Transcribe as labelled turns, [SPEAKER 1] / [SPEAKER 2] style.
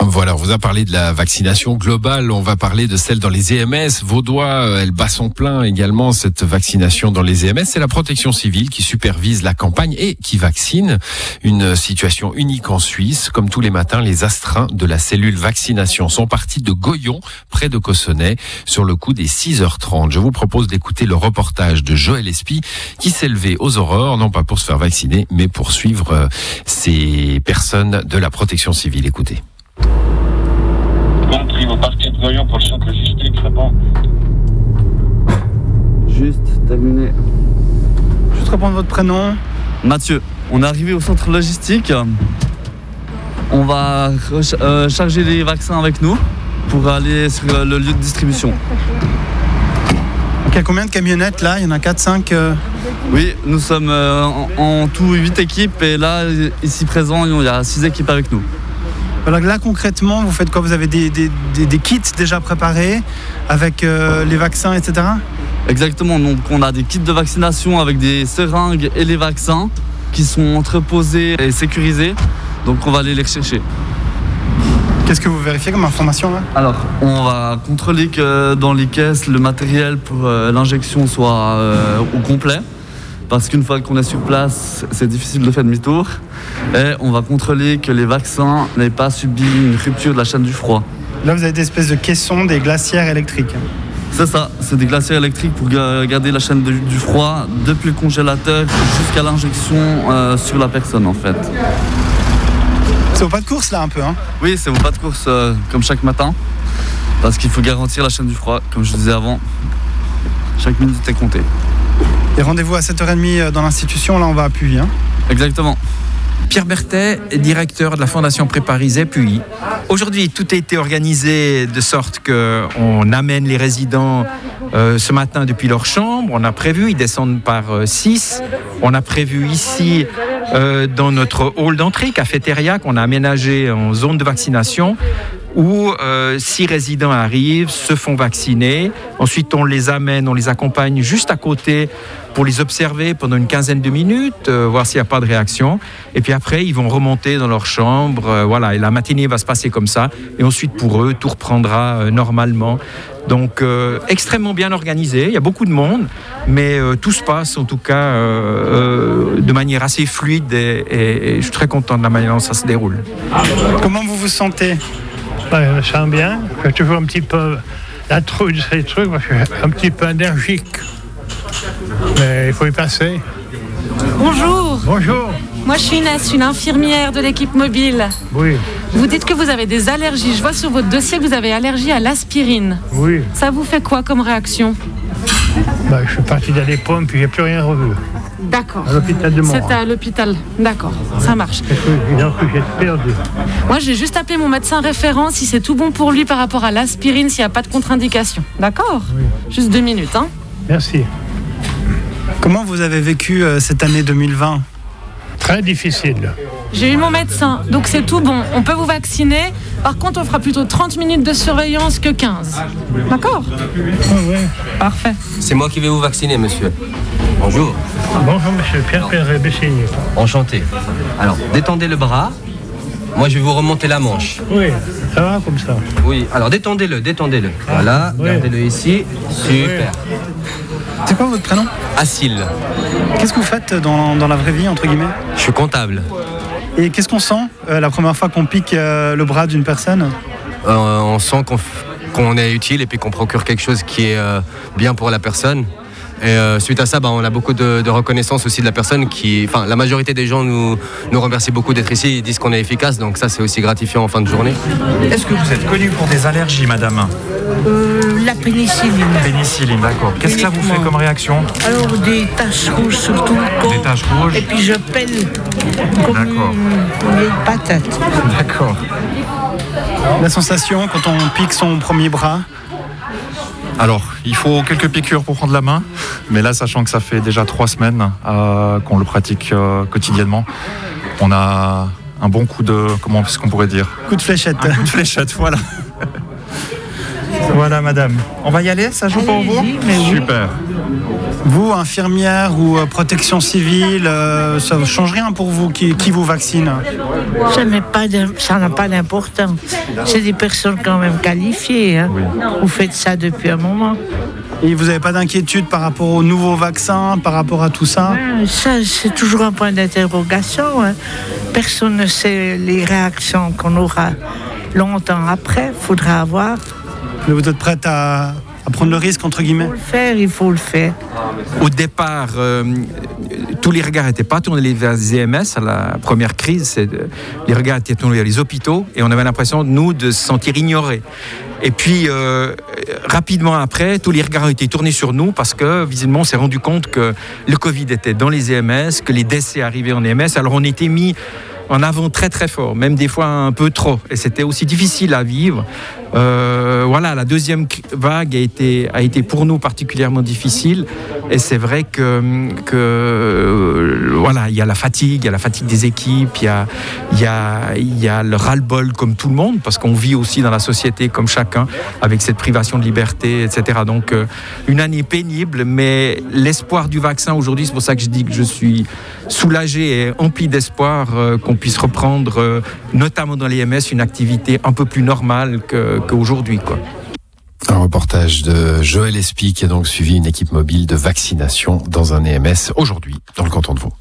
[SPEAKER 1] Voilà, on vous a parlé de la vaccination globale, on va parler de celle dans les EMS. Vaudois, euh, elle bat son plein également, cette vaccination dans les EMS. C'est la protection civile qui supervise la campagne et qui vaccine. Une situation unique en Suisse. Comme tous les matins, les astreints de la cellule vaccination sont partis de Goyon, près de Cossonay, sur le coup des 6h30. Je vous propose d'écouter le reportage de Joël Espy qui s'est levé aux aurores, non pas pour se faire vacciner, mais pour suivre euh, ces personnes de la protection civile. Écoutez.
[SPEAKER 2] Donc ils vont partir de Goyon pour le centre logistique, ça bon.
[SPEAKER 3] Juste terminé.
[SPEAKER 4] Juste reprendre votre prénom.
[SPEAKER 5] Mathieu, on est arrivé au centre logistique. On va recha- euh, charger les vaccins avec nous pour aller sur euh, le lieu de distribution.
[SPEAKER 4] Donc, Il y a combien de camionnettes là Il y en a euh, 4, 5.
[SPEAKER 5] Oui, nous sommes euh, en, en tout 8 équipes et là, ici présent, il y a 6 équipes avec nous.
[SPEAKER 4] Alors là concrètement, vous faites quoi Vous avez des, des- des- des kits déjà préparés avec euh, les vaccins, etc.
[SPEAKER 5] Exactement, donc on a des kits de vaccination avec des seringues et les vaccins qui sont entreposés et sécurisés. Donc on va aller les rechercher.
[SPEAKER 4] Qu'est-ce que vous vérifiez comme information là
[SPEAKER 5] Alors, on va contrôler que dans les caisses, le matériel pour euh, l'injection soit euh, au complet. Parce qu'une fois qu'on est sur place, c'est difficile de faire demi-tour. Et on va contrôler que les vaccins n'aient pas subi une rupture de la chaîne du froid.
[SPEAKER 4] Là, vous avez des espèces de caissons, des glacières électriques.
[SPEAKER 5] C'est ça, c'est des glaciers électriques pour ga- garder la chaîne de- du froid depuis le congélateur jusqu'à l'injection euh, sur la personne en fait.
[SPEAKER 4] C'est au pas de course là un peu. Hein
[SPEAKER 5] Oui, c'est vos pas de course euh, comme chaque matin. Parce qu'il faut garantir la chaîne du froid, comme je disais avant. Chaque minute est comptée.
[SPEAKER 4] et rendez-vous à 7h30 dans l'institution, là on va appuyer. hein.
[SPEAKER 5] Exactement.
[SPEAKER 6] Pierre Berthet, directeur de la Fondation Préparisé Puy.
[SPEAKER 7] Aujourd'hui, tout a été organisé de sorte qu'on amène les résidents euh, ce matin depuis leur chambre. On a prévu, ils descendent par 6. On a prévu ici, euh, dans notre hall d'entrée, cafétéria, qu'on a aménagé en zone de vaccination, où euh, six résidents arrivent, se font vacciner. Ensuite, on les amène, on les accompagne juste à côté pour les observer pendant une quinzaine de minutes, euh, voir s'il n'y a pas de réaction. Et puis après, ils vont remonter dans leur chambre. euh, voilà, et la matinée va se passer comme ça. Et ensuite, pour eux, tout reprendra euh, normalement. Donc, euh, extrêmement bien organisé. Il y a beaucoup de monde, mais euh, tout se passe en tout cas euh, euh, de manière assez fluide. Et, et- et je suis très content de la manière dont ça se déroule.
[SPEAKER 4] Comment vous vous sentez
[SPEAKER 8] Ouais, je me sens bien. Je suis toujours un petit peu la trouille de ces trucs, parce que je suis un petit peu allergique. Mais il faut y passer.
[SPEAKER 9] Bonjour,
[SPEAKER 8] Bonjour.
[SPEAKER 9] moi je suis Inès, je suis l'infirmière de l'équipe mobile.
[SPEAKER 8] Oui,
[SPEAKER 9] Vous dites que vous avez des allergies. Je vois sur votre dossier que vous avez allergie à l'aspirine.
[SPEAKER 8] oui.
[SPEAKER 9] Ça vous fait quoi comme réaction
[SPEAKER 8] Bah, je suis parti dans les pommes, puis j'ai plus rien revu.
[SPEAKER 9] D'accord.
[SPEAKER 8] À l'hôpital de Mont.
[SPEAKER 9] C'est à l'hôpital. D'accord, ça marche.
[SPEAKER 8] Évidemment que j'ai perdu.
[SPEAKER 9] Moi, j'ai juste appelé mon médecin référent si c'est tout bon pour lui par rapport à l'aspirine, s'il n'y a pas de contre-indication. D'accord Juste deux minutes. Hein.
[SPEAKER 8] Merci.
[SPEAKER 4] Comment vous avez vécu euh, cette année 2020
[SPEAKER 8] Très difficile.
[SPEAKER 9] J'ai eu mon médecin, donc c'est tout bon. On peut vous vacciner. Par contre, on fera plutôt 30 minutes de surveillance que 15. D'accord Parfait.
[SPEAKER 10] C'est moi qui vais vous vacciner, monsieur. Bonjour,
[SPEAKER 8] Bonjour, monsieur Pierre-Pierre Bessigny.
[SPEAKER 10] enchanté. Alors, détendez le bras. Moi, je vais vous remonter la manche.
[SPEAKER 8] Oui, ça va comme ça.
[SPEAKER 10] Oui, alors détendez-le, détendez-le. Voilà,
[SPEAKER 8] oui.
[SPEAKER 10] gardez-le ici. Super.
[SPEAKER 4] C'est quoi votre prénom
[SPEAKER 10] Asile,
[SPEAKER 4] Qu'est-ce que vous faites euh, dans, dans la vraie vie, entre guillemets
[SPEAKER 10] je suis comptable.
[SPEAKER 4] Et qu'est-ce qu'on sent euh, la première fois qu'on pique euh, le bras d'une personne
[SPEAKER 10] Euh, on sent qu'on, f- qu'on est utile et puis qu'on procure quelque chose qui est euh, bien pour la personne. Et euh, suite à ça, bah, on a beaucoup de, de reconnaissance aussi de la personne qui. Enfin, la majorité des gens nous, nous remercient beaucoup d'être ici. Ils disent qu'on est efficace, donc ça, c'est aussi gratifiant en fin de journée.
[SPEAKER 11] Est-ce que vous êtes connu pour des allergies, madame
[SPEAKER 3] Euh, la pénicilline.
[SPEAKER 11] Pénicilline, d'accord. Qu'est-ce que ça vous fait comme réaction
[SPEAKER 3] Alors des taches rouges sur tout le corps.
[SPEAKER 11] Des taches rouges
[SPEAKER 3] Et puis je pèle comme
[SPEAKER 11] D'accord.
[SPEAKER 3] une vieille patate.
[SPEAKER 11] D'accord.
[SPEAKER 4] La sensation quand on pique son premier bras
[SPEAKER 11] Alors, il faut quelques piqûres pour prendre la main, mais là, sachant que ça fait déjà trois semaines euh, qu'on le pratique euh, quotidiennement, on a un bon coup de. Comment est-ce qu'on pourrait dire
[SPEAKER 4] Coup de fléchette.
[SPEAKER 11] Un coup de fléchette, voilà. voilà, madame. On va y aller Ça joue pour vous
[SPEAKER 3] Allez-y, mais oui.
[SPEAKER 11] Super.
[SPEAKER 4] Vous, infirmière ou euh, protection civile, euh, ça ne change rien pour vous qui, qui vous vaccine
[SPEAKER 3] Ça n'est pas d'im- ça n'a pas d'importance. C'est des personnes quand même qualifiées. hein. Vous faites ça depuis un moment.
[SPEAKER 4] Et vous n'avez pas d'inquiétude par rapport aux nouveaux vaccins, par rapport à tout ça
[SPEAKER 3] Ouais, Ça, c'est toujours un point d'interrogation. hein. Personne ne sait les réactions qu'on aura longtemps après. Faudra avoir.
[SPEAKER 4] Mais vous êtes prête à, prendre le risque, entre guillemets
[SPEAKER 3] Il faut le faire, il faut le faire.
[SPEAKER 7] Au départ, euh, tous les regards n'étaient pas tournés vers les EMS à la première crise. c'est de- les regards étaient tournés vers les hôpitaux et on avait l'impression, nous, de se sentir ignorés. Et puis, euh, rapidement après, tous les regards ont été tournés sur nous parce que, visiblement, on s'est rendu compte que le Covid était dans les EMS, que les décès arrivaient en EMS. Alors, on était mis en avant très très fort, même des fois un peu trop. Et c'était aussi difficile à vivre. Euh, voilà, la deuxième cri- vague a été, a été pour nous particulièrement difficile. Et c'est vrai que, que euh, voilà, il y a la fatigue, il y a la fatigue des équipes, il y a, il y a, il y a le ras-le-bol comme tout le monde, parce qu'on vit aussi dans la société comme chacun, avec cette privation de liberté, etc. Donc euh, une année pénible, mais l'espoir du vaccin aujourd'hui, c'est pour ça que je dis que je suis soulagé et empli d'espoir euh, qu'on puisse reprendre, euh, notamment dans les MS, une activité un peu plus normale que- qu'aujourd'hui. quoi.
[SPEAKER 1] Un reportage de Joël Espy qui a donc suivi une équipe mobile de vaccination dans un EMS E aujourd'hui dans le canton de Vaud.